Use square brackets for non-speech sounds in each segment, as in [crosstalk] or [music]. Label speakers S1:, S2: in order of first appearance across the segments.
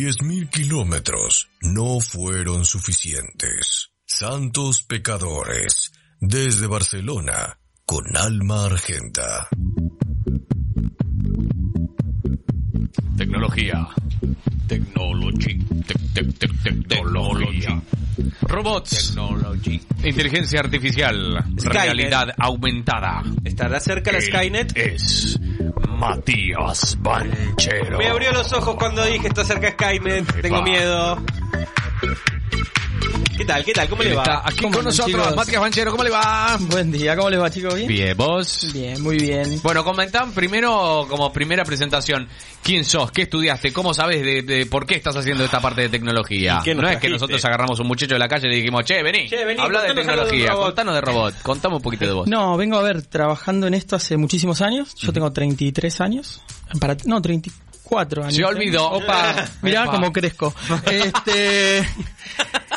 S1: Diez kilómetros no fueron suficientes. Santos Pecadores, desde Barcelona, con alma argenta.
S2: Tecnología. Technology. tecnología. Robots.
S3: Technology.
S2: Inteligencia artificial.
S3: Skynet.
S2: Realidad aumentada.
S3: ¿Estará cerca la Skynet?
S2: Es Matías Banchero.
S3: Me abrió los ojos cuando dije está cerca Skynet, tengo miedo. ¿Qué tal? ¿Qué tal? ¿Cómo le
S2: Él
S3: va?
S2: Está aquí
S4: ¿Cómo
S2: con
S4: andan,
S2: nosotros,
S4: chicos?
S2: Matías Banchero. ¿Cómo le va?
S4: [laughs] Buen día, ¿cómo les va chicos? ¿Bien?
S2: Bien, vos.
S4: Bien, muy bien.
S2: Bueno, comentan primero, como primera presentación, quién sos, qué estudiaste, cómo sabes de, de por qué estás haciendo esta parte de tecnología.
S3: ¿Y qué
S2: no
S3: nos
S2: es que
S3: trajiste?
S2: nosotros agarramos un muchacho de la calle y le dijimos, che, vení,
S3: Che, vení,
S2: habla de
S3: contanos algo de un
S2: tecnología,
S3: robot".
S2: contanos de robot, contame un poquito de vos.
S4: No, vengo a ver, trabajando en esto hace muchísimos años. Yo tengo 33 años. Para, no, 34 años.
S2: Se olvidó.
S4: Opa, [laughs] mirá
S2: Epa.
S4: cómo crezco. Este,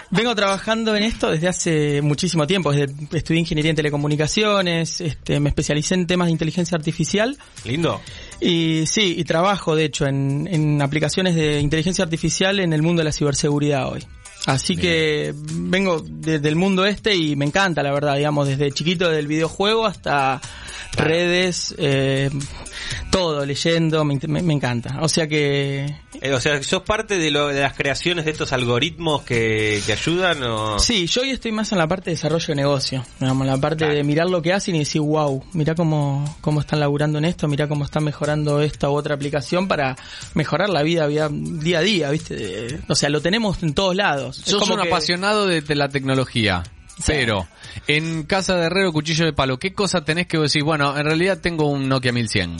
S4: vengo trabajando en esto desde hace muchísimo tiempo. Desde, estudié ingeniería en telecomunicaciones, este, me especialicé en temas de inteligencia artificial.
S3: Lindo.
S4: Y sí, y trabajo de hecho en, en aplicaciones de inteligencia artificial en el mundo de la ciberseguridad hoy. Así que vengo de- del mundo este y me encanta, la verdad, digamos, desde chiquito del videojuego hasta redes, eh, todo, leyendo, me, int- me- me encanta. O sea que...
S3: Eh, o sea, ¿sos parte de, lo, de las creaciones de estos algoritmos que, que ayudan o...?
S4: Sí, yo hoy estoy más en la parte de desarrollo de negocio, digamos, la parte de mirar lo que hacen y decir, wow, mirá cómo, cómo están laburando en esto, mirá cómo están mejorando esta u otra aplicación para mejorar la vida vía- día a día, ¿viste? De- o sea, lo tenemos en todos lados. Es
S2: Sos
S4: como
S2: un
S4: que-
S2: apasionado de, de la tecnología. Pero, en Casa de Herrero, Cuchillo de Palo, ¿qué cosa tenés que decir? Bueno, en realidad tengo un Nokia 1100.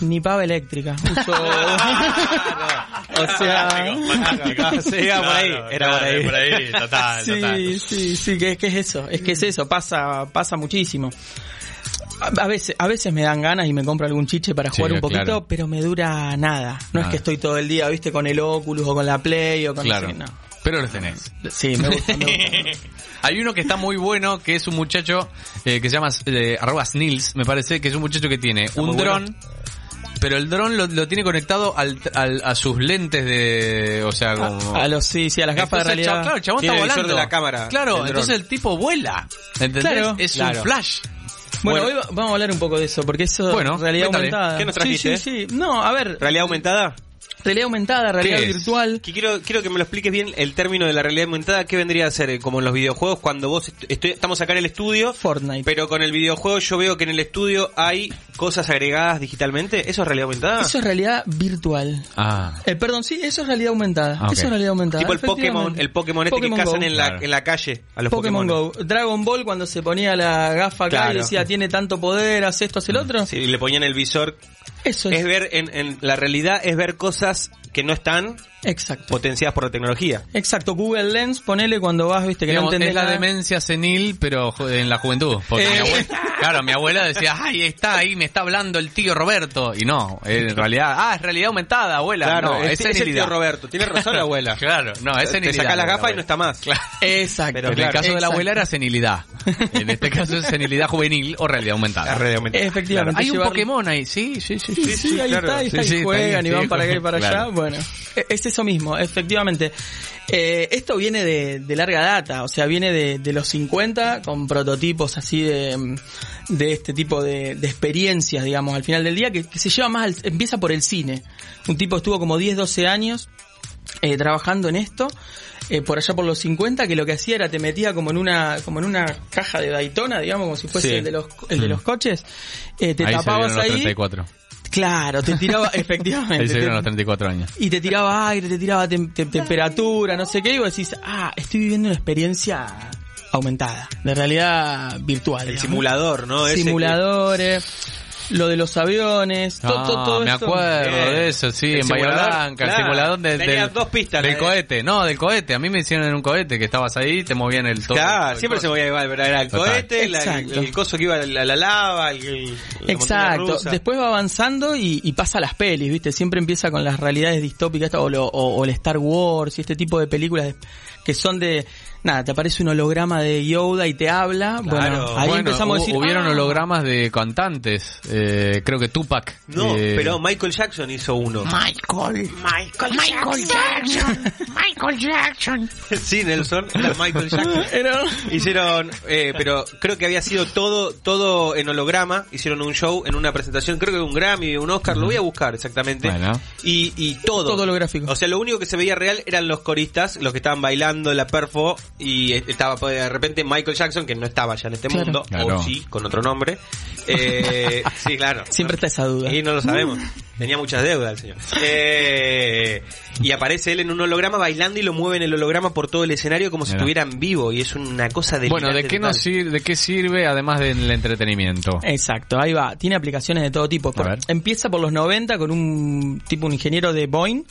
S4: Ni pava eléctrica. uso- [laughs]
S3: Ah,
S4: o [laughs] sea...
S3: [laughs] Sí, era por ahí, era por ahí.
S2: Ah,
S5: total,
S4: Sí, sí, sí, que, que es eso, es que es eso, pasa, pasa muchísimo. A a veces, a veces me dan ganas y me compro algún chiche para
S2: Sí,
S4: jugar un poquito,
S2: claro. Ah.
S4: pero me dura nada. No es
S2: Nada.
S4: que estoy todo el día, viste, con el Oculus o con la Play o con
S2: Claro.
S4: no sé,
S2: Pero los tenés.
S4: no. Sí, me gusta, me
S2: [laughs]
S4: gusta.
S2: Hay uno que está muy bueno, que es un muchacho eh, que se llama eh, arroba Snils, me parece, que es un muchacho que tiene un
S3: muy
S2: dron, pero el dron lo, lo tiene conectado al, al- a sus lentes de... O sea, como...
S4: A los sí, sí, a las gafas de
S2: Oh. Entonces, el
S4: realidad.
S2: chabón- claro, el chabón
S3: Tiene
S2: está
S3: el visor
S2: volando.
S3: de la cámara, el
S2: Claro,
S3: dron.
S2: entonces el tipo vuela. ¿Entendés?
S4: Claro.
S2: es
S3: Claro.
S2: un flash.
S4: Bueno,
S3: Bueno.
S4: hoy va- vamos a hablar un poco de eso, porque eso
S2: Bueno,
S4: realidad
S2: métale.
S4: aumentada.
S3: ¿Qué nos
S4: sí,
S3: trajiste?
S4: sí, sí. No, a ver,
S3: [laughs] ¿Realidad aumentada?
S4: realidad aumentada, realidad
S2: es?
S4: virtual.
S3: Que quiero, quiero que me lo expliques bien el término de la realidad aumentada. ¿Qué vendría a ser? Eh, Como en los videojuegos, cuando vos est- estoy- estamos acá en el estudio,
S4: Fortnite.
S3: pero con el videojuego yo veo que en el estudio hay cosas agregadas digitalmente. ¿Eso es realidad aumentada?
S4: Eso es realidad virtual.
S2: Ah.
S4: Eh, perdón, sí, eso es realidad aumentada.
S2: Ah, ok.
S4: Eso es realidad aumentada.
S3: tipo el Pokémon,
S4: efectivamente.
S3: el Pokémon este
S4: Pokémon
S3: que cazan
S4: Go.
S3: en la,
S2: Claro.
S3: en la calle a los
S4: Pokémon
S3: Pokémon.
S4: Go. Dragon Ball cuando se ponía la gafa acá
S3: Claro.
S4: y decía tiene tanto poder, hace esto, hace
S2: Mm,
S4: el otro.
S3: Sí, y le ponían el visor.
S4: Eso es,
S3: Es ver, en, en la realidad es ver cosas que no están
S4: exacto.
S3: potenciadas por la tecnología.
S4: Exacto, Google Lens, ponele cuando vas, viste, que
S2: Digamos, es
S4: no entendés
S2: la
S4: nada.
S2: demencia senil, pero jo- en la juventud. Porque
S4: Eh.
S2: mi abuela, claro, mi abuela decía, ay, está ahí, me está hablando el tío Roberto. Y no, en realidad, ah, es realidad aumentada, abuela. no, es,
S3: es el tío
S2: senilidad.
S3: Roberto. Tiene razón la [laughs] abuela.
S2: Claro, no, es
S3: Te
S2: senilidad.
S3: sacas las
S2: la
S3: gafas y no
S2: abuela.
S3: está más.
S4: Exacto.
S2: Pero
S3: Pero
S2: en el
S3: claro,
S2: caso de la
S4: exacto.
S2: abuela era
S3: [laughs]
S2: senilidad. En este caso es senilidad juvenil o realidad
S3: La
S2: aumentada.
S3: realidad aumentada.
S4: Efectivamente.
S2: Hay un
S4: llevar-
S2: Pokémon ahí, sí, sí, sí.
S4: Sí, sí, ahí
S3: claro.
S4: está, ahí está,
S2: Sí,
S4: y
S2: sí, está
S4: juegan
S2: ahí,
S4: y van
S2: sí,
S4: para acá y para
S2: claro.
S4: allá. Bueno, e- es eso mismo, efectivamente. Eh, esto viene de, de larga data, o sea, viene de, de los 50 con prototipos así de, mm, de este tipo de, de experiencias, digamos, al final del día, que, que se lleva más, al- empieza por el cine. Un tipo estuvo como 10, 12 años eh, trabajando en esto. eh, por allá por los 50 que lo que hacía era te metía como en una como en una caja de Daytona digamos como si fuese
S3: Sí.
S4: el de los el de los coches eh, te
S2: Mm. ahí
S4: tapabas
S2: se vieron los
S3: [laughs]
S4: ahí
S2: 34.
S4: Claro, te
S2: [laughs]
S4: tiraba, efectivamente.
S2: Ahí se vieron
S4: te-
S2: los 34 años.
S4: y te tiraba aire, te tiraba tem- te- temperatura, no sé qué, y vos decís, ah, estoy viviendo una experiencia aumentada, de realidad virtual.
S3: El
S4: digamos.
S3: simulador, ¿no? Ese que-
S4: Simuladores, lo de los aviones, to-
S2: Ah,
S4: to- todo
S2: me
S4: esto.
S2: acuerdo
S3: Bien.
S2: de eso, sí,
S3: El
S2: en Bahía
S3: simulador,
S2: Blanca, el
S3: claro.
S2: simulador de-
S3: Tenía
S2: del,
S3: dos pistas,
S2: del
S3: la de-
S2: cohete, no, del cohete, a mí me hicieron en un cohete que estabas ahí, te movían el todo.
S3: Claro,
S2: el
S3: siempre se
S2: coso.
S3: voy a llevar, era el
S2: Total.
S3: cohete, la- el,
S4: Exacto.
S3: el coso que iba a la, la lava, el, el- la montaña
S4: Exacto,
S3: rusa.
S4: después va avanzando y, y pasa a las pelis, ¿viste? Siempre empieza con las realidades distópicas o, lo- o- o el Star Wars y este tipo de películas de- que son de... Nada, te aparece un holograma de Yoda y te habla.
S3: Claro.
S4: Bueno, ahí
S2: Bueno,
S4: empezamos a
S2: hu-
S4: decir...
S2: hubieron
S4: "Ah".
S2: hologramas de cantantes, eh, eh, creo que Tupac.
S3: No,
S2: eh,
S3: pero Michael Jackson hizo uno.
S4: Michael.
S5: Michael Jackson. [laughs] Michael Jackson.
S3: [laughs] sí, Nelson, era Michael Jackson.
S4: Era-
S3: Hicieron, eh, pero creo que había sido todo todo en holograma. Hicieron un show en una presentación, creo que un Grammy, un Oscar, lo voy a buscar exactamente.
S2: Bueno.
S3: Y, y todo.
S4: Todo holográfico.
S3: O sea, lo único que se veía real eran los coristas, los que estaban bailando la perfo. Y estaba pues, de repente Michael Jackson, que no estaba ya en este
S4: Claro.
S3: mundo,
S2: Claro.
S3: o sí, con otro nombre. Eh,
S4: [laughs]
S3: sí, claro.
S4: Siempre está esa duda.
S3: Y no lo sabemos. Tenía muchas deudas el señor. Eh, y aparece él en un holograma bailando y lo mueven el holograma por todo el escenario como si
S2: Mirá.
S3: estuviera en vivo. Y es una cosa de
S2: bueno, ¿de qué, nos sirve, ¿de qué sirve además del entretenimiento?
S4: Eh, Exacto, ahí va. Tiene aplicaciones de todo tipo. Por-
S2: ver.
S4: empieza por los 90 con un tipo, un ingeniero de Boeing,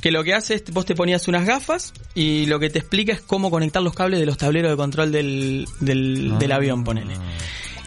S4: que lo que hace es, vos te ponías unas gafas y lo que te explica es cómo conectar los cables de los tableros de control del,
S2: Ah.
S4: del, del avión, ponele.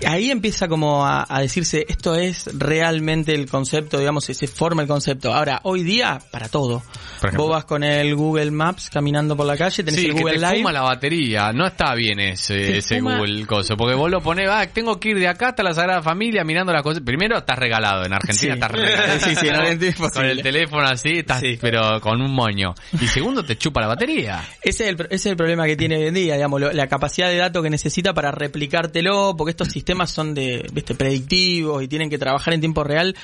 S4: Ahí empieza como a, a decirse, esto es realmente el concepto, digamos, se- se forma el concepto. Ahora, hoy día, para todo.
S2: Por ejemplo.
S4: Vos vas con el Google Maps caminando por la calle, tenés
S2: Sí,
S4: el
S2: que
S4: Google
S2: te
S4: Live.
S2: fuma la batería. No está bien ese,
S4: Te
S2: ese
S4: fuma-
S2: Google coso. Porque vos lo ponés, ah, tengo que ir de acá hasta la Sagrada Familia mirando las cosas. Primero estás regalado. En Argentina
S4: Sí.
S2: estás regalado.
S4: Sí, sí, en Argentina es
S2: Con el
S4: posible.
S2: teléfono así, estás, pero con un moño. Y segundo, te chupa la batería.
S4: Ese es, el, pro- ese es el problema que tiene hoy en día, digamos, lo- la capacidad de datos que necesita para replicártelo, porque estos sistemas son de, viste, predictivos y tienen que trabajar en tiempo real,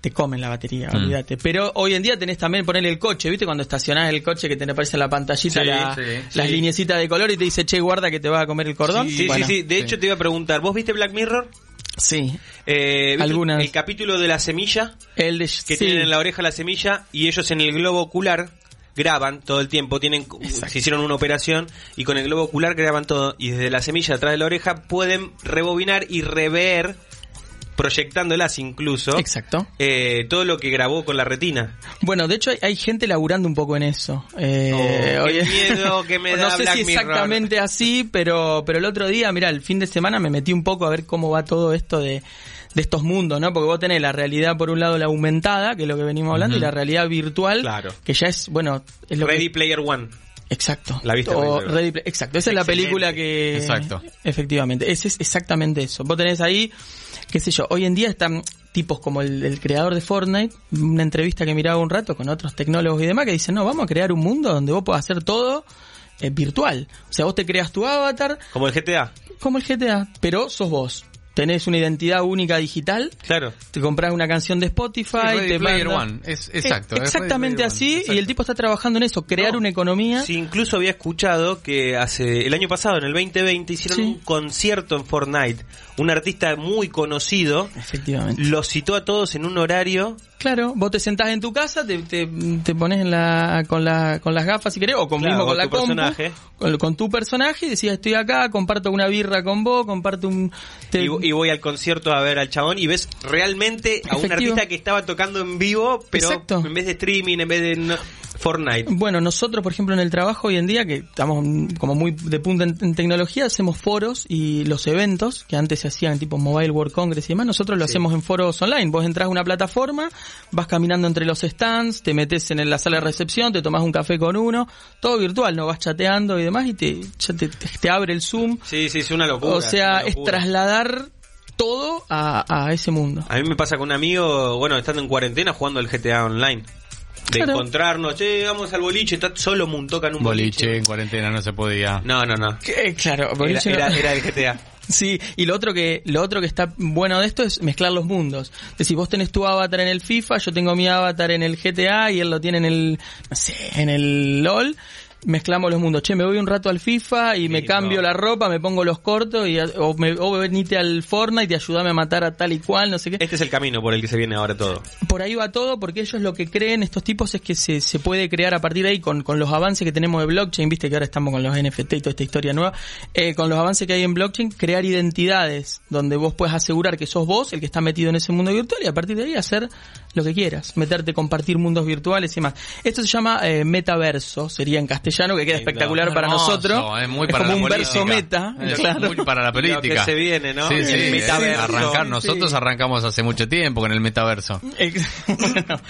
S4: te comen la batería,
S2: Mm.
S4: olvídate. Pero hoy en día tenés también ponerle el coche, viste, cuando estacionás el coche que te aparece en la pantallita
S3: Sí,
S4: la-
S3: sí,
S4: las
S3: sí.
S4: lineecitas de color y te dice, che, guarda que te vas a comer el cordón.
S3: Sí,
S4: Bueno,
S3: sí, sí. De hecho, te iba a preguntar, ¿vos viste Black Mirror?
S4: sí.
S3: Eh, ¿viste
S4: Algunas.
S3: El capítulo de la semilla,
S4: El de-
S3: que
S4: sí.
S3: tienen en la oreja la semilla y ellos en el globo ocular graban todo el tiempo, tienen se hicieron una operación y con el globo ocular graban todo y desde la semilla atrás de la oreja pueden rebobinar y rever proyectándolas incluso.
S4: Exacto.
S3: eh, todo lo que grabó con la retina.
S4: Bueno, de hecho hay, hay gente laburando un poco en eso. Eh,
S3: Oh, qué
S4: oye,
S3: miedo que me
S4: [laughs] no
S3: da
S4: sé
S3: Black
S4: si
S3: Mirror.
S4: exactamente así, pero pero el otro día, mira, el fin de semana me metí un poco a ver cómo va todo esto de, de estos mundos, ¿no? Porque vos tenés la realidad por un lado la aumentada, que es lo que venimos hablando, y la realidad virtual,
S3: Claro.
S4: que ya es, bueno, es lo
S3: Ready
S4: que
S3: Player One.
S4: Exacto.
S3: La viste,
S4: O
S3: Ready Player.
S4: Ready Player- Exacto. Esa es la
S3: Excelente.
S4: película que.
S2: Exacto.
S4: Efectivamente. Ese es exactamente eso. Vos tenés ahí, qué sé yo, hoy en día están tipos como el, el creador de Fortnite, una entrevista que miraba un rato con otros tecnólogos y demás, que dicen, no, vamos a crear un mundo donde vos puedas hacer todo eh, virtual. O sea, vos te creas tu avatar
S3: Como el GTA.
S4: como el GTA, pero sos vos. Tenés una identidad única digital,
S3: Claro.
S4: te compras una canción de Spotify,
S2: Sí, Ready
S4: te
S2: Player
S4: manda-
S2: One. Es,
S4: Eh,
S2: exacto. es Ready
S4: Exactamente
S2: Player
S4: así,
S2: One.
S4: y
S2: Exacto.
S4: el tipo está trabajando en eso, crear
S3: No.
S4: una economía.
S3: Sí, incluso había escuchado que hace el año pasado, en el 2020, hicieron
S4: Sí.
S3: un concierto en Fortnite. Un artista muy conocido
S4: Efectivamente.
S3: los citó a todos en un horario.
S4: Claro, vos te sentás en tu casa, te, te, te pones en la, con, la, con las gafas si querés, o con,
S3: Claro,
S4: mismo
S3: con
S4: con la
S3: tu
S4: compu,
S3: personaje.
S4: Con, con tu personaje, y decías, estoy acá, comparto una birra con vos, comparto un... te-
S3: Y, y voy al concierto a ver al chabón y ves realmente a un
S4: Efectivo.
S3: artista que estaba tocando en vivo, pero
S4: Exacto. Mm.
S3: en vez de streaming, en vez de no- Fortnite.
S4: Bueno, nosotros, por ejemplo, en el trabajo hoy en día, que estamos mm, como muy de punta en, en tecnología, hacemos foros y los eventos que antes se hacían, tipo Mobile World Congress y demás, nosotros lo hacemos en foros online. Vos entras a una plataforma, vas caminando entre los stands, te metes en la sala de recepción, te tomás un café con uno, todo virtual, ¿no? Vas chateando y demás y te, ya te, te- te abre el Zoom.
S3: Sí, sí, es una locura.
S4: O sea,
S3: una
S4: es
S3: locura.
S4: trasladar todo a, a ese mundo.
S3: A mí me pasa con un amigo, bueno, estando en cuarentena jugando al GTA Online. De
S4: Claro.
S3: encontrarnos, che, vamos al boliche, está solo Muntoca en un boliche.
S2: Boliche, en cuarentena no se podía.
S3: No, no, no.
S4: Eh, claro,
S3: Era,
S4: boliche no-
S3: era- era el GTA.
S4: Sí, y lo otro que lo otro que está bueno de esto es mezclar los mundos. Es decir, vos tenés tu avatar en el FIFA, yo tengo mi avatar en el GTA y él lo tiene en el no sé, en el LOL. Mezclamos los mundos. Che, me voy un rato al FIFA y me
S3: Sí,
S4: cambio
S3: no.
S4: la ropa, me pongo los cortos y o, me, o venite al Fortnite y ayúdame a matar a tal y cual, no sé qué.
S3: Este es el camino por el que se viene ahora todo.
S4: Por ahí va todo, porque ellos lo que creen estos tipos es que se, se puede crear a partir de ahí con, con los avances que tenemos de blockchain, viste que ahora estamos con los NFT y toda esta historia nueva, eh, con los avances que hay en blockchain, crear identidades donde vos puedes asegurar que sos vos el que está metido en ese mundo virtual y a partir de ahí hacer lo que quieras, meterte, compartir mundos virtuales y más. Esto se llama eh, metaverso, sería en castellano, que queda
S3: Lindo.
S4: espectacular para
S2: Hermoso,
S4: nosotros.
S2: Es muy para
S4: como
S2: la
S4: un
S2: política.
S4: verso meta.
S2: Es
S4: claro.
S2: muy para la política.
S3: Lo que se viene, ¿no?
S2: Sí,
S3: El
S2: sí, es
S3: metaverso.
S2: arrancar. Nosotros
S4: Sí.
S2: arrancamos hace mucho tiempo con el metaverso.
S4: Ex- [laughs] bueno,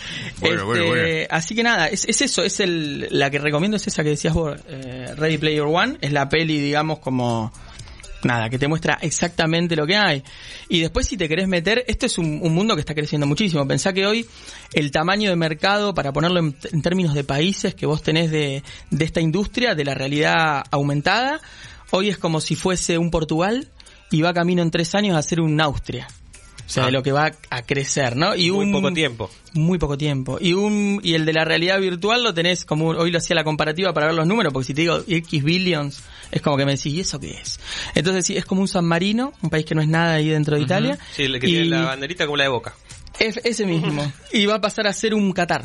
S2: Bueno, bueno,
S4: este,
S2: bueno.
S4: Así que nada, es, es eso, es el, la que recomiendo es esa que decías vos, eh, Ready Player One, es la peli, digamos, como nada, que te muestra exactamente lo que hay. Y después si te querés meter, esto es un, un mundo que está creciendo muchísimo. Pensá que hoy el tamaño de mercado, para ponerlo en, t- en términos de países que vos tenés de, de esta industria, de la realidad aumentada, hoy es como si fuese un Portugal y va camino en tres años a ser un Austria. O sea,
S3: Ah.
S4: de lo que va a crecer, ¿no? Y
S3: muy
S4: un,
S3: poco tiempo.
S4: muy poco tiempo. Y un y el de la realidad virtual lo tenés como un- hoy lo hacía la comparativa para ver los números, porque si te digo X billions, es como que me decís, ¿y eso qué es? Entonces sí, es como un San Marino, un país que no es nada ahí dentro de Italia.
S3: Sí, el que
S4: y
S3: tiene la banderita como la de Boca.
S4: es ese mismo. Y va a pasar a ser un Qatar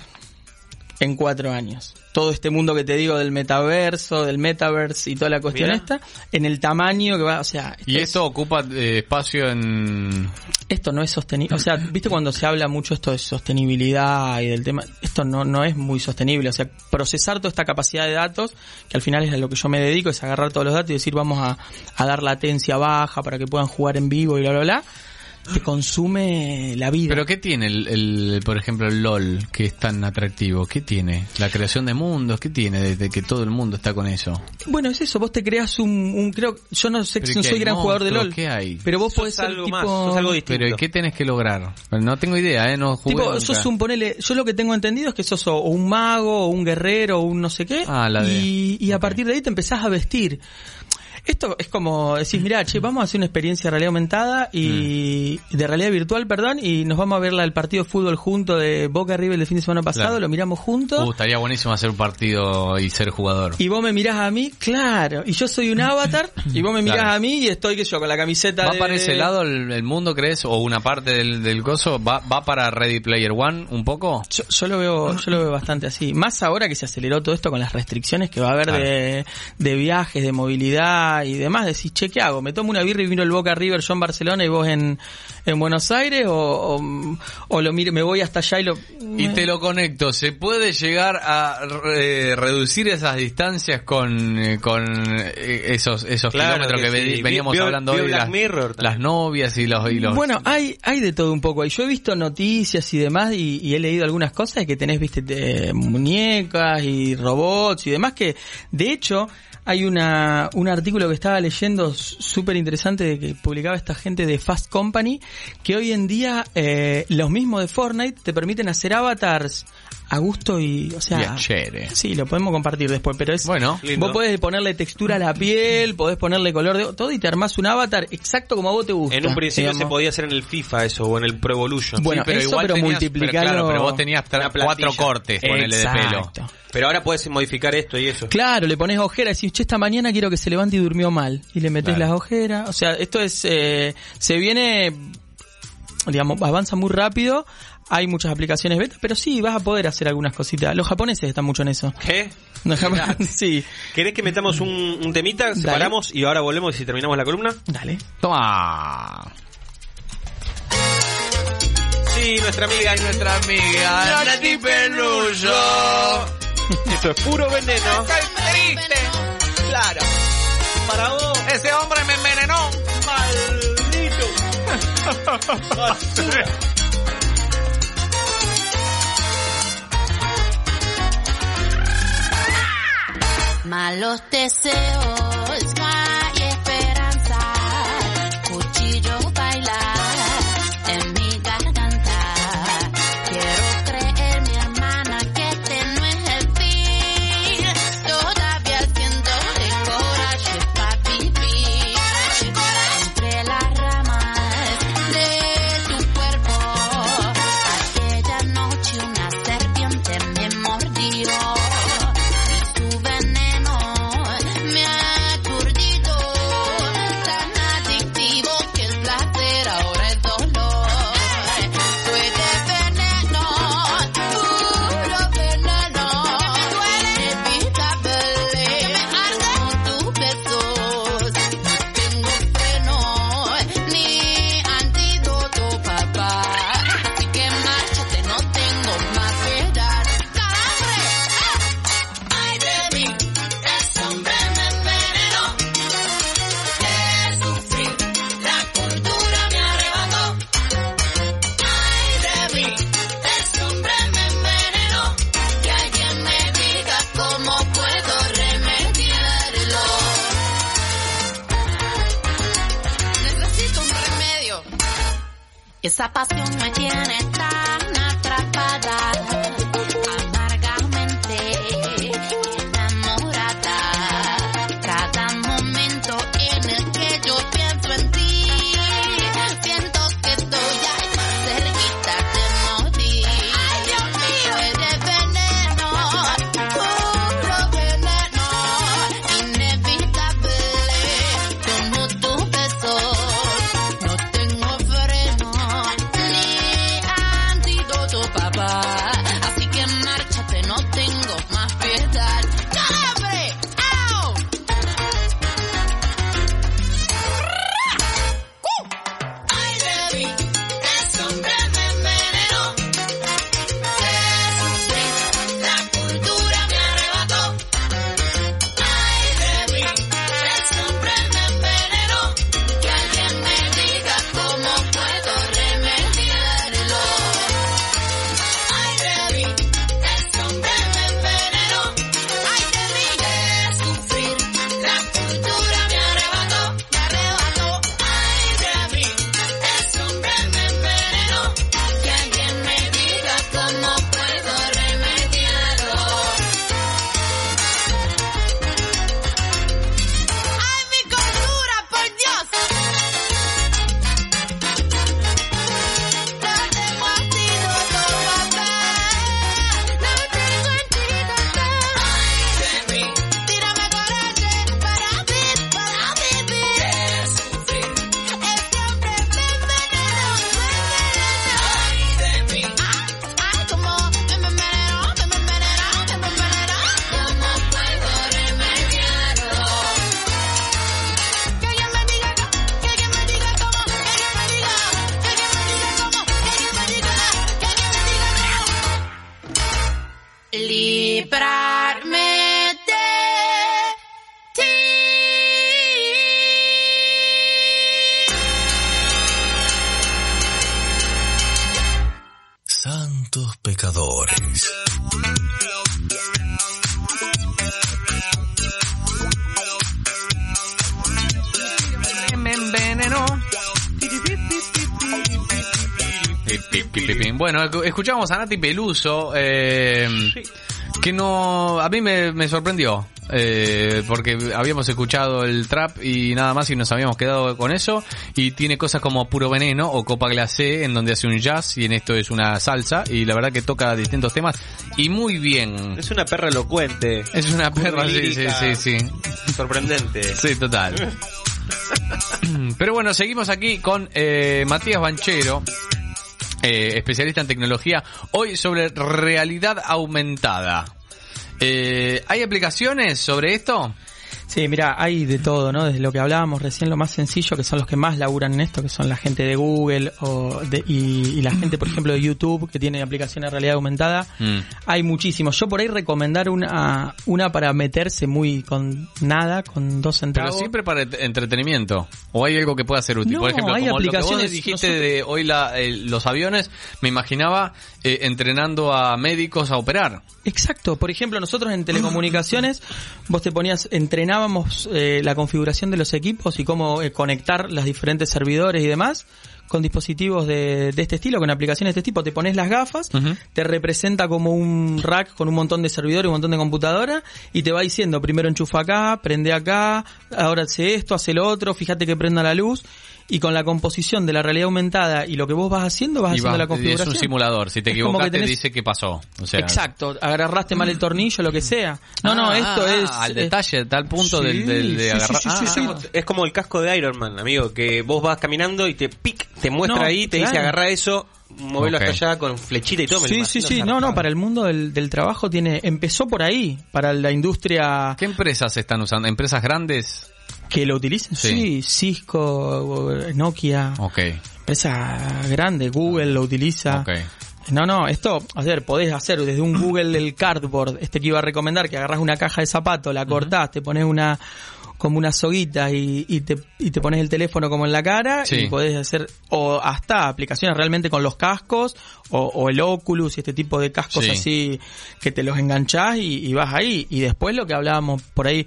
S4: en cuatro años. Todo este mundo que te digo del metaverso, del metaverse y toda la cuestión
S3: Mirá.
S4: esta, en el tamaño que va, o sea, esto
S2: Y
S4: es-
S2: esto ocupa eh, espacio en...
S4: esto no es sostenible. O sea, viste cuando se habla mucho esto de sostenibilidad y del tema, esto no, no es muy sostenible. O sea, procesar toda esta capacidad de datos, que al final es a lo que yo me dedico, es agarrar todos los datos y decir vamos a, a dar latencia baja para que puedan jugar en vivo y bla, bla, bla, te consume la vida.
S2: ¿Pero qué tiene, el, el- por ejemplo, el LOL, que es tan atractivo? ¿Qué tiene? La creación de mundos, ¿qué tiene desde que todo el mundo está con eso?
S4: Bueno, es eso, vos te creas un, un- creo, yo no sé,
S2: Pero
S4: no
S2: ¿qué
S4: soy
S2: hay
S4: gran jugador de
S2: monstruos?
S4: LOL,
S2: ¿Qué hay?
S4: pero vos
S3: Sos
S4: podés ser
S3: algo
S4: tipo...
S3: más, sos algo distinto.
S2: Pero ¿y ¿qué tenés que lograr? No tengo idea, ¿eh? No jugué
S4: Tipo,
S2: nunca.
S4: sos un ponele, yo lo que tengo entendido es que sos o o un mago, o un guerrero, o un no sé qué,
S2: Ah, la de-
S4: y, y a
S2: ok.
S4: partir de ahí te empezás a vestir. Esto es como decís, mirá, che, vamos a hacer una experiencia de realidad aumentada y
S2: Mm.
S4: de realidad virtual, perdón, y nos vamos a ver la del partido de fútbol junto de Boca River el fin de semana pasado,
S2: Claro.
S4: lo miramos juntos.
S2: Uh, estaría buenísimo hacer un partido y ser jugador.
S4: Y vos me mirás a mí, claro, y yo soy un avatar, y vos me mirás
S2: [laughs] Claro.
S4: a mí y estoy, que yo, con la camiseta
S2: ¿Va
S4: de-
S2: para ese lado el, el mundo, crees? ¿O una parte del, del coso? ¿Va, ¿Va para Ready Player One un poco?
S4: Yo, yo lo veo, yo lo veo bastante así. Más ahora que se aceleró todo esto con las restricciones que va a haber de, de viajes, de movilidad y demás. Decís, che, ¿qué hago? ¿Me tomo una birra y vino el Boca River yo en Barcelona y vos en, en Buenos Aires? ¿O, o, o lo miro, me voy hasta allá y lo...
S2: Y te lo conecto. ¿Se puede llegar a re- eh, reducir esas distancias con, eh, con eh, esos, esos
S3: Claro
S2: kilómetros que,
S3: que
S2: ve-
S3: sí.
S2: veníamos
S3: Vio-
S2: hablando
S3: vio
S2: hoy?
S3: Black
S2: las,
S3: Mirror también.
S2: las novias y los... Y los
S4: Bueno, hay, hay de todo un poco. Y yo he visto noticias y demás, y, y he leído algunas cosas que tenés, viste, te- muñecas y robots y demás, que de hecho hay una, un artículo que estaba leyendo s- súper interesante de que publicaba esta gente de Fast Company, que hoy en día eh, los mismos de Fortnite te permiten hacer avatars a gusto y, o sea...
S2: Bien, chévere.
S4: Sí, lo podemos compartir después, pero es...
S2: Bueno.
S3: Lindo.
S4: Vos podés ponerle textura a la piel, podés ponerle color de todo y te armás un avatar exacto como a vos te gusta.
S3: En un principio
S4: digamos.
S3: se podía hacer en el FIFA eso, o en el Pro Evolution.
S4: Bueno,
S2: pero
S4: eso,
S2: igual
S4: pero
S2: tenías-
S4: multiplicarlo-
S2: Pero, claro, pero vos tenías tra-
S3: Una plantilla.
S2: cuatro cortes, ponele, de pelo.
S4: Exacto.
S3: Pero ahora puedes modificar esto y eso.
S4: Claro, le pones ojera y decís, che, esta mañana quiero que se levante y durmió mal. Y le metes
S2: Claro.
S4: las ojeras. O sea, esto es. eh, se viene. Digamos, avanza muy rápido. Hay muchas aplicaciones beta, pero sí, vas a poder hacer algunas cositas. Los japoneses están mucho en eso.
S3: ¿Qué?
S4: [laughs] Los japoneses- sí.
S3: ¿Querés que metamos un, un temita? Separamos y ahora volvemos y terminamos la columna.
S4: Dale.
S2: Toma.
S3: Sí, nuestra amiga es nuestra amiga. Nati Peluso. Esto es puro veneno.
S2: triste.
S3: Claro. Para vos.
S2: Ese hombre me envenenó.
S3: Maldito. Basura.
S6: Malos deseos, no hay esperanza. Cuchillo baila en mi garganta. Quiero creer, mi hermana, que este no es el fin. Todavía siento el coraje para vivir. Entre las ramas de tu cuerpo, aquella noche una serpiente me mordió. Su veneno me ha aturdido que esa pasión me tiene tan atrapada, amargamente enamorada. Cada momento en el que yo pienso en ti, siento que estoy ahí más cerquita de morir. Ay, Dios mío, eres veneno, puro veneno, inevitable, como tu beso. No tengo freno ni antídoto, papá. Así que márchate, no tengo más piedad. ¡Calibre! ¡Au! ¡Ay, baby! Es hombre me envenenó. Te la cultura me arrebató. ¡Ay, baby! Es hombre me envenenó. Que alguien me diga cómo puedo remediarlo. Ay, baby, ese hombre me envenenó. Ay, baby, de sufrir. La cultura me arrebató, me arrebató. Ay, baby, ese hombre me envenenó. Que alguien me diga cómo puedo remediarlo. ¡Ay, mi cordura, por Dios! No tengo antídoto, papá. No tengo antídoto. Ay, baby. Tírame coraje para vivir, para vivir. Es sufrir. Este hombre me envenenó, me envenenó. Ay, baby. Ah, Ay, como me envenenó, me envenenó, me envenenó. ¿Cómo puedo remediarlo? Que alguien me diga, que alguien me diga cómo, que alguien me diga, que alguien me diga cómo, que alguien me diga, que alguien me diga cómo. Librarme de ti.
S1: Santos pecadores.
S2: Pi, pi, pi, pi, pi. Bueno, escu- escuchamos a Nati Peluso, eh, que no, a mí me, me sorprendió, eh, porque habíamos escuchado el trap y nada más y nos habíamos quedado con eso, y tiene cosas como Puro Veneno o Copa Glacé, en donde hace un jazz y en esto es una salsa, y la verdad que toca distintos temas, y muy bien.
S3: Es una perra elocuente.
S2: Es una perra, sí, sí,
S3: Lírica.
S2: sí, sí.
S3: Sorprendente.
S2: Sí, total. Pero bueno, seguimos aquí con eh, Matías Banchero, eh, especialista en tecnología, hoy sobre realidad aumentada. Eh, ¿Hay aplicaciones sobre esto?
S4: Sí, mira, hay de todo, ¿no? Desde lo que hablábamos recién, lo más sencillo, que son los que más laburan en esto, que son la gente de Google o de- y, y la gente, por ejemplo, de YouTube, que tiene aplicaciones de realidad aumentada.
S2: Mm.
S4: Hay muchísimos. Yo por ahí recomendar una, una para meterse muy con nada, con dos
S2: Pero
S4: centavos.
S2: siempre para et- entretenimiento. ¿O hay algo que pueda ser útil?
S4: No,
S2: Por ejemplo,
S4: hay
S2: como lo que vos
S4: aplicaciones,
S2: dijiste
S4: nosotros-
S2: de hoy la- eh, los aviones, me imaginaba eh, entrenando a médicos a operar.
S4: Exacto. Por ejemplo, nosotros en telecomunicaciones, vos te ponías, entrenábamos eh, la configuración de los equipos y cómo eh, conectar los diferentes servidores y demás con dispositivos de, de este estilo, con aplicaciones de este tipo. Te pones las gafas,
S2: Ujú.
S4: te representa como un rack con un montón de servidores, un montón de computadoras y te va diciendo, primero enchufa acá, prende acá, ahora hace esto, hace lo otro, fíjate que prenda la luz. Y con la composición de la realidad aumentada y lo que vos vas haciendo, vas
S2: Y
S4: haciendo
S2: va- y
S4: la
S2: es
S4: configuración.
S2: un simulador. Si te
S4: Es como que
S2: equivocaste,
S4: tenés-
S2: dice qué pasó. O sea,
S4: Exacto, agarraste mal el tornillo, lo que sea. No, no,
S2: Ah,
S4: esto
S2: ah,
S4: es...
S2: Al
S4: es-
S2: detalle, tal punto
S4: Sí,
S2: del, del- de
S4: sí, sí,
S2: agarrar.
S4: sí, sí,
S2: Ah,
S4: sí.
S2: ah,
S3: Es como el casco de Iron Man, amigo, que vos vas caminando y te pic, te muestra
S4: No,
S3: ahí, te dice
S4: claro.
S3: agarra eso, movelo
S2: Ok.
S3: hasta allá con flechita y todo. me lo
S4: Sí, sí,
S3: imagino
S4: sí, no,
S3: zarpado.
S4: no, para el mundo del, del trabajo tiene... Empezó por ahí, para la industria
S2: ¿Qué empresas están usando? ¿Empresas grandes?
S4: que lo utilicen.
S2: Sí.
S4: Sí, Cisco, Nokia,
S2: Ok,
S4: empresa grande, Google lo utiliza.
S2: ok.
S4: No, no, esto, a ver, podés hacer desde un Google el cardboard, este que iba a recomendar, que agarras una caja de zapatos, la cortás, te pones una como una soguita y, y te, y te pones el teléfono como en la cara
S2: Sí.
S4: y podés hacer o hasta aplicaciones realmente con los cascos o, o el Oculus y este tipo de cascos
S2: Sí.
S4: así que te los enganchás y, y vas ahí. Y después lo que hablábamos por ahí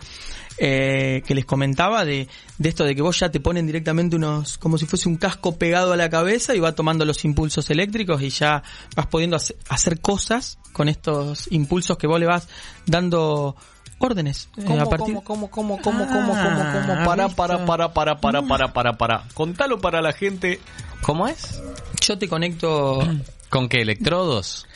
S4: eh, que les comentaba de, de esto de que vos ya te ponen directamente unos como si fuese un casco pegado a la cabeza y va tomando los impulsos eléctricos y ya vas pudiendo hace- hacer cosas con estos impulsos que vos le vas dando órdenes eh, a partir Ah,
S7: cómo, cómo, cómo, cómo, cómo, cómo? Para, para, para, para, para, para, para, para. Contalo para la gente.
S2: ¿Cómo es?
S4: yo te conecto
S2: ¿Con qué electrodos?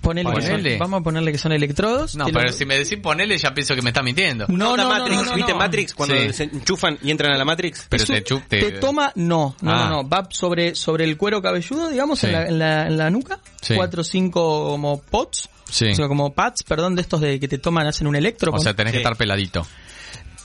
S4: ponele, que son-
S2: Ponele.
S4: vamos a ponerle que son electrodos
S2: No,
S4: te lo-
S2: pero si me decís ponele, ya pienso que me está mintiendo.
S4: no,
S3: Onda
S4: no, no,
S3: Matrix,
S4: no, no,
S3: ¿Viste
S4: no.
S3: Matrix? Cuando
S2: Sí.
S3: se enchufan y entran a la Matrix.
S2: Pero
S4: Es un-
S2: te chup- te-
S4: te toma, no, no,
S2: Ah.
S4: no, no, va sobre, sobre el cuero cabelludo, digamos,
S2: Sí.
S4: en, la, en, la, en la nuca,
S2: Sí.
S4: cuatro o cinco como pots,
S2: Sí.
S4: o sea, como pads, perdón, de estos de que te toman, hacen un electro.
S2: O sea,
S4: con-
S2: tenés que
S3: Sí.
S2: estar peladito.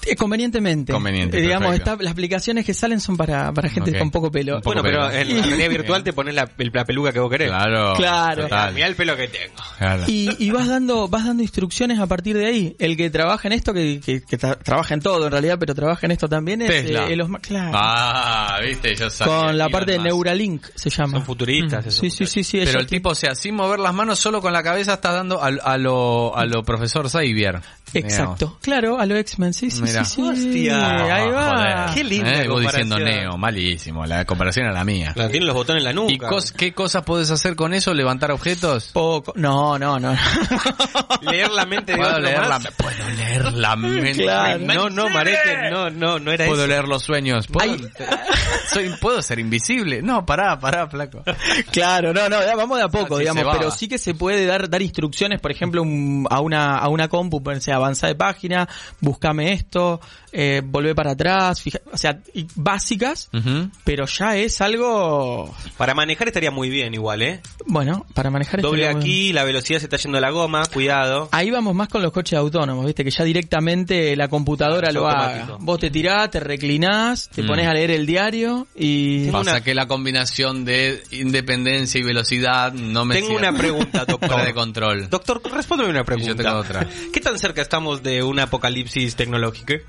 S4: eh, convenientemente.
S2: Conveniente,
S4: Eh, digamos,
S2: perfecto.
S4: está- las aplicaciones que salen son para, para gente
S2: Ok.
S4: con poco pelo.
S2: Un poco
S3: Bueno, pero
S2: pelo.
S3: en la realidad virtual te pones la, el- la peluca que vos querés.
S2: Claro.
S4: Claro.
S2: total.
S3: Mirá el pelo que tengo.
S2: Claro.
S4: Y, y vas dando vas dando instrucciones a partir de ahí. El que trabaja en esto, que, que, que tra- trabaja en todo en realidad, pero trabaja en esto también, es
S2: Tesla.
S4: eh, Elon Musk, claro.
S2: Ah, viste, yo sabía.
S4: con la
S2: Elon
S4: parte de
S2: Musk.
S4: Neuralink se llama.
S3: Son futuristas.
S7: Mm.
S3: esos
S4: Sí, sí, sí, sí.
S2: Pero
S4: ellos
S2: el tipo, o sea, sin mover las manos, solo con la cabeza estás dando al- a, lo, a lo profesor Xavier.
S4: Exacto, claro, a los X-Men, sí, sí,
S2: Mirá.
S4: sí, sí.
S3: Hostia.
S4: ahí va.
S2: Joder.
S3: Qué linda
S2: Eh, vos diciendo
S3: comparación.
S2: Neo, malísimo. La comparación a la mía.
S3: Claro, tienen los botones en la eh. nuca.
S2: ¿Y cos- qué cosas podés hacer con eso? ¿Levantar objetos?
S4: Poco. No, no, no.
S2: [laughs]
S3: Leer la mente de
S2: ¿Puedo
S3: otro
S2: leer, la,
S3: más.
S2: puedo leer la
S3: [laughs]
S2: mente.
S4: Claro.
S3: No, no, Marete, no, no, no era
S2: Puedo
S3: eso.
S2: leer los sueños. ¿Puedo,
S4: Ay.
S2: [laughs] soy- puedo ser invisible. No, pará, pará, flaco.
S4: claro, no, no, ya vamos de a poco,
S2: Ah, sí,
S4: digamos,
S2: se va.
S4: pero sí que se puede dar dar instrucciones, por ejemplo, un- a una a una compu, o sea, avanza de página, búscame esto, eh, volvé para atrás, fija- o sea, y básicas,
S2: Ujú.
S4: pero ya es algo,
S3: Para manejar estaría muy bien igual, ¿eh?
S4: bueno, para manejar este esto,
S3: Doble
S4: digamos,
S3: aquí, la velocidad se está yendo a la goma,
S2: Ah,
S3: cuidado.
S4: Ahí vamos más con los coches autónomos, viste, que ya directamente la computadora
S3: Ah, Es
S4: lo
S3: automático.
S4: haga. Vos te tirás, te reclinás, te
S2: Mm.
S4: pones a leer el diario y...
S3: Tengo
S2: Pasa
S3: una-
S2: que la combinación de independencia y velocidad no me
S3: Tengo
S2: cierra. [laughs]
S3: una
S2: Fuera
S3: pregunta, doctor.
S2: de control.
S3: Doctor, respóndeme una pregunta.
S2: tengo otra.
S3: ¿Qué tan cerca estamos de un apocalipsis tecnológico? eh?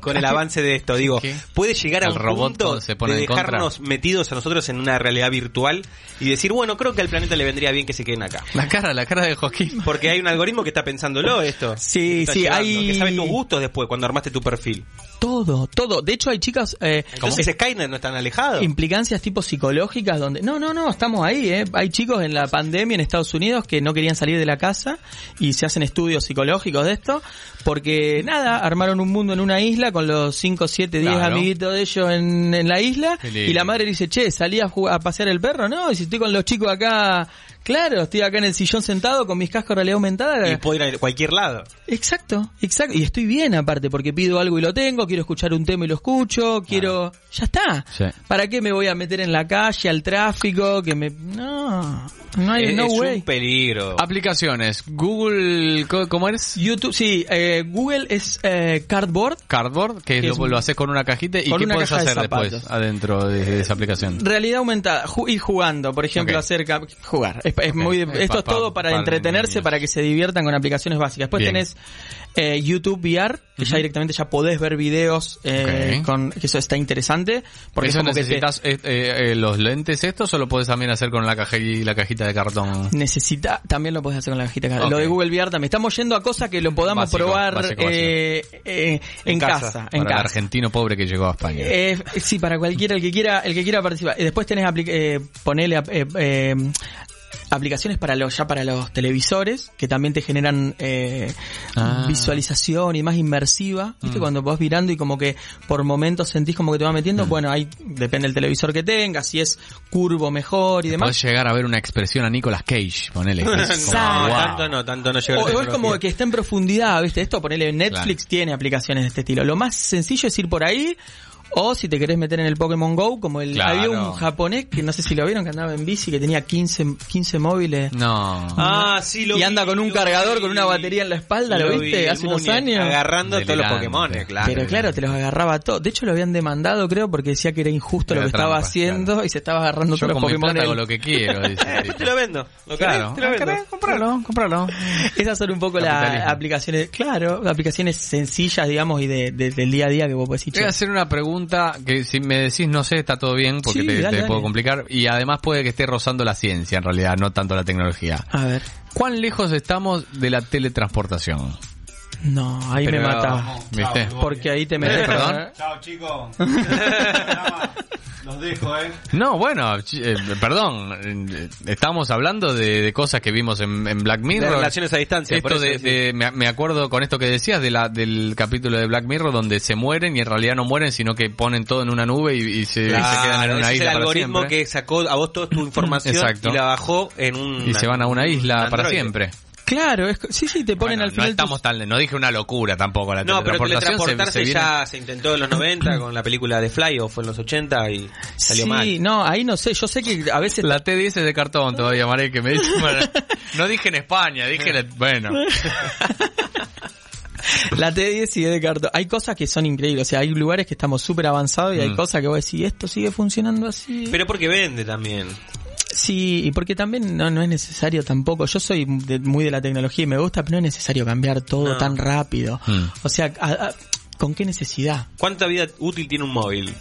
S2: [laughs]
S3: Con el avance de esto, digo,
S2: ¿Qué?
S3: ¿puede llegar a
S2: ¿El
S3: un
S2: robot
S3: punto
S2: se pone
S3: de
S2: en contra?
S3: dejarnos metidos a nosotros en una realidad virtual y decir, bueno, creo que al planeta le vendría bien que se queden acá?
S2: La cara, la cara de Joaquín.
S3: Porque hay un algoritmo que está pensándolo esto. que
S4: Sí,
S3: te está
S4: sí,
S3: llevando,
S4: hay-
S3: Que sabe tus gustos después cuando armaste tu perfil.
S4: Todo, todo. De hecho hay chicas... eh,
S3: Entonces Skynet no es tan alejado.
S4: implicancias tipo psicológicas donde no no no estamos ahí ¿eh? hay chicos en la pandemia en Estados Unidos que no querían salir de la casa y se hacen estudios psicológicos de esto porque nada armaron un mundo en una isla con los 5, 7, 10
S2: Claro.
S4: amiguitos de ellos en, en la isla
S2: Qué lindo.
S4: y la madre dice che salí a, jugar- a pasear el perro no y si estoy con los chicos acá claro estoy acá en el sillón sentado con mis cascos de realidad aumentada
S3: Y puedo ir a cualquier lado.
S4: Exacto, exacto. Y estoy bien aparte, porque pido algo y lo tengo, quiero escuchar un tema y lo escucho, quiero... Ya está.
S2: Sí.
S4: ¿Para qué me voy a meter en la calle, al tráfico, que me... No, no hay...
S2: Eh,
S3: es
S4: no
S3: es
S4: way. Ah,
S3: un peligro.
S2: Aplicaciones. Google, co- ¿cómo eres?
S4: YouTube, sí, eh, Google es eh, Cardboard.
S2: Cardboard, que
S4: Que
S2: lo,
S4: es-
S2: lo haces con una cajita. ¿Y
S4: con
S2: qué
S4: una
S2: puedes
S4: caja de
S2: hacer después
S4: zapatos. Eh,
S2: adentro de, de esa aplicación?
S4: Realidad aumentada, ju- ir jugando, por ejemplo,
S2: Ok.
S4: hacer cap- jugar. Es, es muy,
S2: Ok,
S4: esto
S2: pa-
S4: es todo
S2: pa-
S4: para
S2: para
S4: entretenerse,
S2: niños.
S4: para que se diviertan con aplicaciones básicas. Después
S2: Bien.
S4: tenés eh, YouTube VR, que ya directamente ya podés ver videos, eh,
S2: Ok.
S4: con, que eso está interesante, porque
S2: ¿Eso
S4: es como que te,
S2: necesitas eh, eh, eh, los lentes estos o lo puedes también hacer con la, caja y la cajita de cartón?
S4: Necesita, también lo puedes hacer con la cajita. de cartón.
S2: Ok.
S4: Lo de Google VR también. Estamos yendo a cosas que lo podamos
S2: Básico,
S4: probar
S2: básico,
S4: eh, eh, en,
S3: En casa,
S4: casa,
S2: Para
S4: en
S2: el
S4: casa.
S2: argentino pobre que llegó a España.
S4: Eh, sí, para cualquiera, el que quiera, el que quiera participar. Y después tenés apli- eh, ponele ap- eh, eh, aplicaciones para los ya para los televisores que también te generan eh,
S2: Ah. Mm.
S4: visualización y más inmersiva. ¿Viste? Cuando vas mirando y como que por momentos sentís como que te vas metiendo.
S2: Mm.
S4: Bueno, ahí depende del televisor que tengas, si es curvo mejor y demás.
S2: Podés llegar a ver una expresión a Nicolas Cage, ponele. que es como,
S3: [laughs] No,
S2: wow.
S3: tanto no, tanto no llega
S4: O,
S3: a la
S4: o es como
S3: tecnología.
S4: que está en profundidad, ¿viste? Esto, ponele, Netflix tiene aplicaciones de este estilo. Lo más sencillo es ir por ahí O si te querés meter en el Pokémon Go, como el
S2: Claro.
S4: había un japonés que no sé si lo vieron que andaba en bici que tenía 15, 15 móviles.
S2: Mm. No.
S3: Ah, sí, lo
S4: y
S3: vi,
S4: anda con un
S3: lo
S4: cargador
S3: vi.
S4: con una batería en la espalda, ¿lo,
S3: Lo vi,
S4: viste?
S3: el
S4: Hace unos
S3: Muni,
S4: años.
S3: Agarrando todos los
S2: Delante.
S3: Pokémon, eh,
S4: [laughs]
S3: claro.
S4: Pero claro, te los agarraba todo. De hecho, lo habían demandado, creo, porque decía que era injusto
S2: Era
S4: lo que estaba
S2: trampa,
S4: haciendo
S2: claro.
S4: y se estaba agarrando
S2: Yo
S4: todos los
S2: con mi
S4: Pokémon.
S2: plata
S4: él.
S2: hago lo que quiero. dice
S4: [laughs]
S2: el
S3: Después
S2: tipo.
S3: te lo vendo. ¿Lo querés?
S2: Claro. Ah,
S3: Te lo
S4: Ah,
S3: vendo.
S2: compralo, compralo.
S4: [laughs] Esas son un poco las
S2: Capitalismo.
S4: aplicaciones, claro, aplicaciones sencillas, digamos, y de, de- del día a día que vos podés ir.
S2: Te voy a hacer una pregunta que si me decís no sé, está todo bien porque
S4: Sí,
S2: te,
S4: dale,
S2: te
S4: dale.
S2: puedo complicar. Y además puede que esté rozando la ciencia en realidad, no tanto la tecnología.
S4: A ver,
S2: ¿Cuán lejos estamos de la teletransportación?
S4: no, ahí
S2: Pero-
S4: me mataba.
S2: ¿Viste?
S4: Porque ahí te metes,
S3: ¿eh?
S2: ¿Perdón?
S8: Chao, chicos. Los dejo, eh.
S2: No, bueno, chi- eh, perdón, eh, estamos hablando de, de cosas que vimos en, en Black
S3: De
S2: Mirror.
S3: relaciones a distancia. por
S2: Esto
S3: eso
S2: de,
S3: decís.
S2: de- me, me acuerdo con esto que decías de la, del capítulo de Black Mirror donde se mueren y en realidad no mueren sino que ponen todo en una nube y, y se, y se
S3: Claro,
S2: quedan en una
S3: ese es
S2: isla
S3: el
S2: para
S3: algoritmo
S2: siempre.
S3: que sacó a
S2: [laughs]
S3: vos toda tu información
S2: Exacto.
S3: y la bajó en un
S2: y se van a una isla
S3: un
S2: para
S3: androide.
S2: siempre.
S4: Claro, es, sí, sí, te ponen
S2: Bueno,
S4: al
S2: no
S4: final.
S2: estamos tan, no dije una locura tampoco la
S3: No, pero
S2: teletransportación se-
S3: teletransportarse
S2: se viene-
S3: ya se intentó en los 90 con la película de Fly o fue en los 80 y salió
S4: sí,
S3: mal.
S4: no, ahí no sé, yo sé que a veces
S2: La T10 es de cartón todavía, Maré, que me dice. [laughs] bueno, no dije en España, dije en el-
S3: [laughs]
S2: Bueno,
S4: La T10 sigue de cartón. Hay cosas que son increíbles. O sea, hay lugares que estamos súper avanzados y hay
S2: Mm.
S4: cosas que vos decís, esto sigue funcionando así.
S3: Pero porque vende también.
S4: sí, y porque también no, no es necesario tampoco. Yo soy de- muy de la tecnología y me gusta, pero no es necesario cambiar todo
S3: No.
S4: tan rápido.
S2: Mm.
S4: O sea, a- a- ¿con qué necesidad?
S3: ¿Cuánta vida útil tiene un móvil?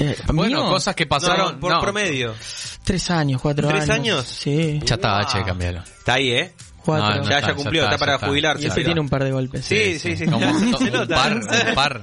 S4: Eh,
S2: bueno
S4: mío,
S2: cosas que pasaron.
S3: No, por
S2: no.
S3: promedio.
S4: Tres años, cuatro
S3: ¿Tres
S4: años.
S3: años?
S4: Sí,
S2: Ya está, che, cambialo.
S3: Está ahí, ¿eh?
S4: cuatro.
S2: No,
S3: Ah. ya,
S2: está,
S3: ya
S2: ya
S3: cumplió,
S2: está,
S3: está,
S2: ya
S3: para
S2: está. este
S3: jubilarse.
S4: y ese tiene un par de golpes.
S3: Sí, sí, sí. [laughs]
S2: Como un, to-
S3: Se
S2: un
S3: nota.
S2: par, un par.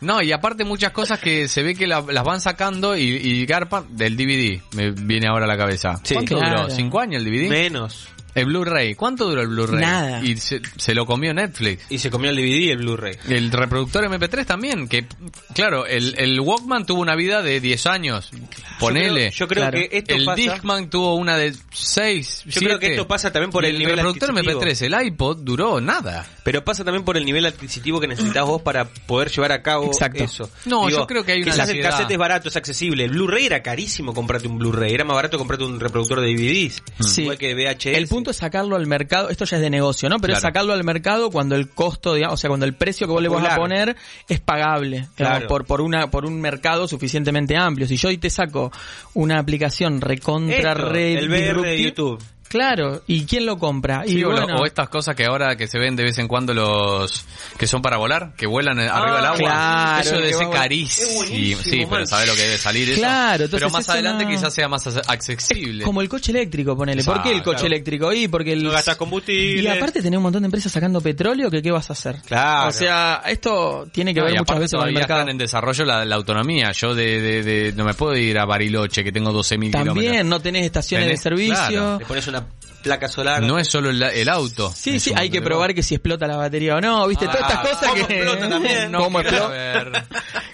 S2: No, y aparte muchas cosas que se ve que la- las van sacando y, y garpan del DVD, me viene ahora a la cabeza.
S3: Sí.
S2: ¿Cuánto
S4: Claro.
S2: duró? ¿Cinco años el DVD?
S3: Menos.
S2: El Blu-ray. ¿Cuánto duró el Blu-ray?
S4: Nada.
S2: Y se, se lo comió Netflix.
S3: Y se comió el DVD y el Blu-ray.
S2: El reproductor MP3 también, que claro, el, el Walkman tuvo una vida de 10 años, ponele.
S3: Yo creo, yo creo
S4: Claro.
S3: que esto
S2: el
S3: pasa.
S2: Discman tuvo una de 6,
S3: Yo creo que esto pasa también por el
S2: el
S3: nivel
S2: reproductor
S3: adquisitivo.
S2: MP3, el iPod duró nada.
S3: Pero pasa también por el nivel adquisitivo que necesitas vos para poder llevar a cabo
S4: Exacto.
S3: eso.
S2: No, yo creo que hay una
S3: quizás el
S2: ansiedad.
S3: cassette es barato, es accesible. El Blu-ray era carísimo comprarte un Blu-ray. Era más barato comprarte un reproductor de DVDs.
S4: Sí.
S3: Igual que VHS.
S4: El punto es sacarlo al mercado, esto ya es de negocio, ¿no? Pero es
S2: Claro.
S4: sacarlo al mercado cuando el costo, digamos, o sea, cuando el precio que vos le vas a
S3: Popular.
S4: poner es pagable, digamos,
S3: Claro.
S4: por, por una, por un mercado suficientemente amplio. Si yo hoy te saco una aplicación recontra
S3: Esto,
S4: re
S3: el VR de
S4: disruptiva-
S3: YouTube.
S4: Claro, ¿y quién lo compra?
S2: Sí,
S4: y
S2: o, lo-
S4: bueno,
S2: o estas cosas que ahora que se ven de vez en cuando los que son para volar, que vuelan arriba
S3: Ah,
S2: del agua.
S4: claro,
S2: eso debe
S4: que
S2: ser
S4: va-
S3: Es
S2: carísimo.
S3: buenísimo,
S2: Sí, pero
S3: man.
S2: sabes lo que debe salir eso.
S4: Claro,
S2: pero
S4: entonces
S2: más
S4: eso
S2: adelante
S4: no-
S2: quizás sea más ac- accesible.
S4: como el coche eléctrico, ponele. ¿Por qué el
S2: Exacto.
S4: coche eléctrico? Y porque el...
S3: No gastas combustible.
S4: Y aparte tenés un montón de empresas sacando petróleo que qué vas a hacer.
S3: Claro.
S4: O sea, esto tiene que
S2: No,
S4: ver
S2: y
S4: muchas
S2: aparte
S4: veces con el
S2: todavía
S4: mercado.
S2: están en desarrollo la, la autonomía. Yo de, de- de- no me puedo ir a Bariloche, que tengo 12.000 kilómetros.
S4: También no tenés estaciones
S2: Tenés-
S4: de servicio.
S2: claro.
S3: Le pones una placa solar.
S2: No es solo el, el auto.
S4: Sí,
S2: Es
S4: sí,
S2: un
S4: hay que
S2: montón de
S4: probar que si explota la batería o no, ¿viste?
S2: Ah,
S4: todas estas cosas
S3: ¿cómo
S4: que...
S3: explota
S4: [laughs]
S3: también?
S2: No
S4: ¿Cómo
S2: quiero
S4: explota?
S2: saber.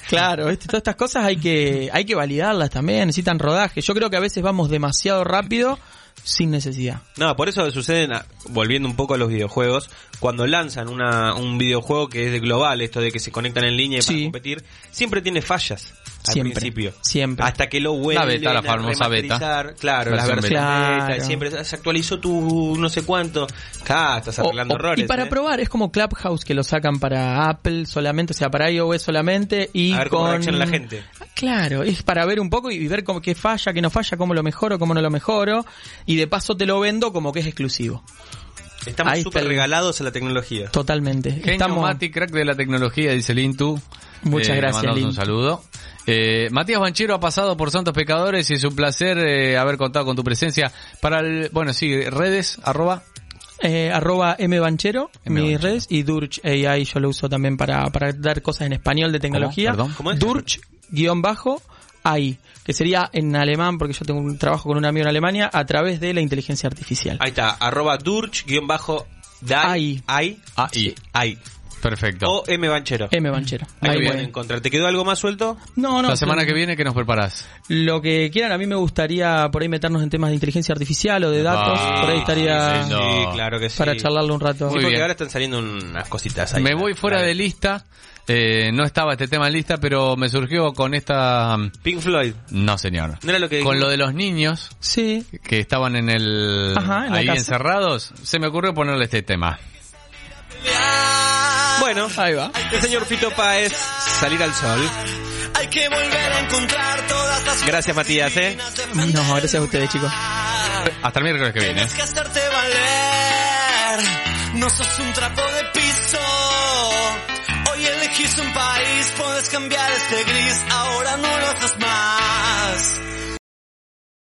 S4: Claro, ¿viste? todas estas cosas hay que, hay que validarlas también, necesitan rodaje. Yo creo que a veces vamos demasiado rápido sin necesidad.
S3: No, por eso suceden, ah, volviendo un poco a los videojuegos, cuando lanzan una, un videojuego que es de global, esto de que se conectan en línea y para
S4: Sí.
S3: competir, siempre tiene fallas al
S4: Siempre,
S3: principio.
S4: siempre.
S3: Hasta que lo
S2: La
S3: vuelven
S2: beta, la
S3: a
S2: famosa beta.
S3: remasterizar. Claro, las
S2: Versión
S3: versiones
S4: beta.
S3: beta, y siempre ah, se actualizó tu no sé cuánto. Ah, estás
S4: O-
S3: arreglando
S4: o-
S3: errores.
S4: y para
S3: eh.
S4: probar, es como Clubhouse que lo sacan para Apple solamente, o sea, para iOS solamente y
S3: A ver
S4: con...
S3: cómo reacciona la gente.
S4: Claro, es para ver un poco y y ver cómo, qué falla, qué no falla, cómo lo mejoro, cómo no lo mejoro, y de paso te lo vendo como que es exclusivo.
S3: Estamos
S4: Ahí está
S3: súper
S4: el-
S3: regalados a la tecnología.
S4: Totalmente.
S2: Genio Mati, crack de la tecnología, dice Lintu.
S4: Muchas
S2: le
S4: gracias,
S2: mandamos un
S4: Lintu.
S2: saludo. Eh, Matías Banchero ha pasado por Santos Pecadores y es un placer eh, haber contado con tu presencia. Para el, bueno, sí, redes, arroba.
S4: Eh, arroba mbanchero,
S2: M
S4: mis
S2: Banchero.
S4: redes, y Durch AI yo lo uso también para, para dar cosas en español de tecnología.
S2: ¿Cómo? Perdón.
S3: ¿Cómo es?
S4: Durch guión bajo AI, que sería en alemán, porque yo tengo un trabajo con un amigo en Alemania, a través de la inteligencia artificial.
S3: Ahí está, arroba durch-dai.
S4: Ay.
S3: Ay.
S2: Ah, y.
S3: Ay.
S2: Perfecto.
S4: Oh,
S3: O M. Banchero.
S4: M. Banchero.
S3: Ahí
S4: Ahí
S3: lo pueden
S4: pueden.
S3: encontrar. ¿Te quedó algo más suelto?
S4: No, no.
S2: la semana que viene, ¿qué nos preparás?
S4: Lo que quieran, a mí me gustaría por ahí meternos en temas de inteligencia artificial o de datos.
S2: Ah,
S4: por ahí estaría
S2: sí, sí, No.
S3: claro que sí.
S4: para charlarlo un rato.
S2: Muy
S3: Sí, porque
S2: bien.
S3: ahora están saliendo unas cositas ahí.
S2: Me voy fuera
S3: Ahí.
S2: de lista. Eh, no estaba este tema en lista, pero me surgió con esta... mm,
S3: Pink Floyd.
S2: No, señor.
S3: No era lo que
S2: Con
S3: dijimos.
S2: lo de los niños
S4: Sí.
S2: que estaban en el...
S4: Ajá, en la
S2: ahí
S4: casa.
S2: encerrados, se me ocurrió ponerle este tema.
S3: Bueno,
S4: Ahí va.
S3: el señor Fito Páez, salir al sol.
S8: Hay que volver a encontrar todas las
S3: Gracias, Matías, ¿eh?
S4: No, gracias a ustedes, chicos.
S2: Hasta el miércoles que viene.
S8: Tienes que hacerte valer. No sos un trapo de piso. Hoy elegís un país, puedes cambiar este gris, ahora no lo haces más.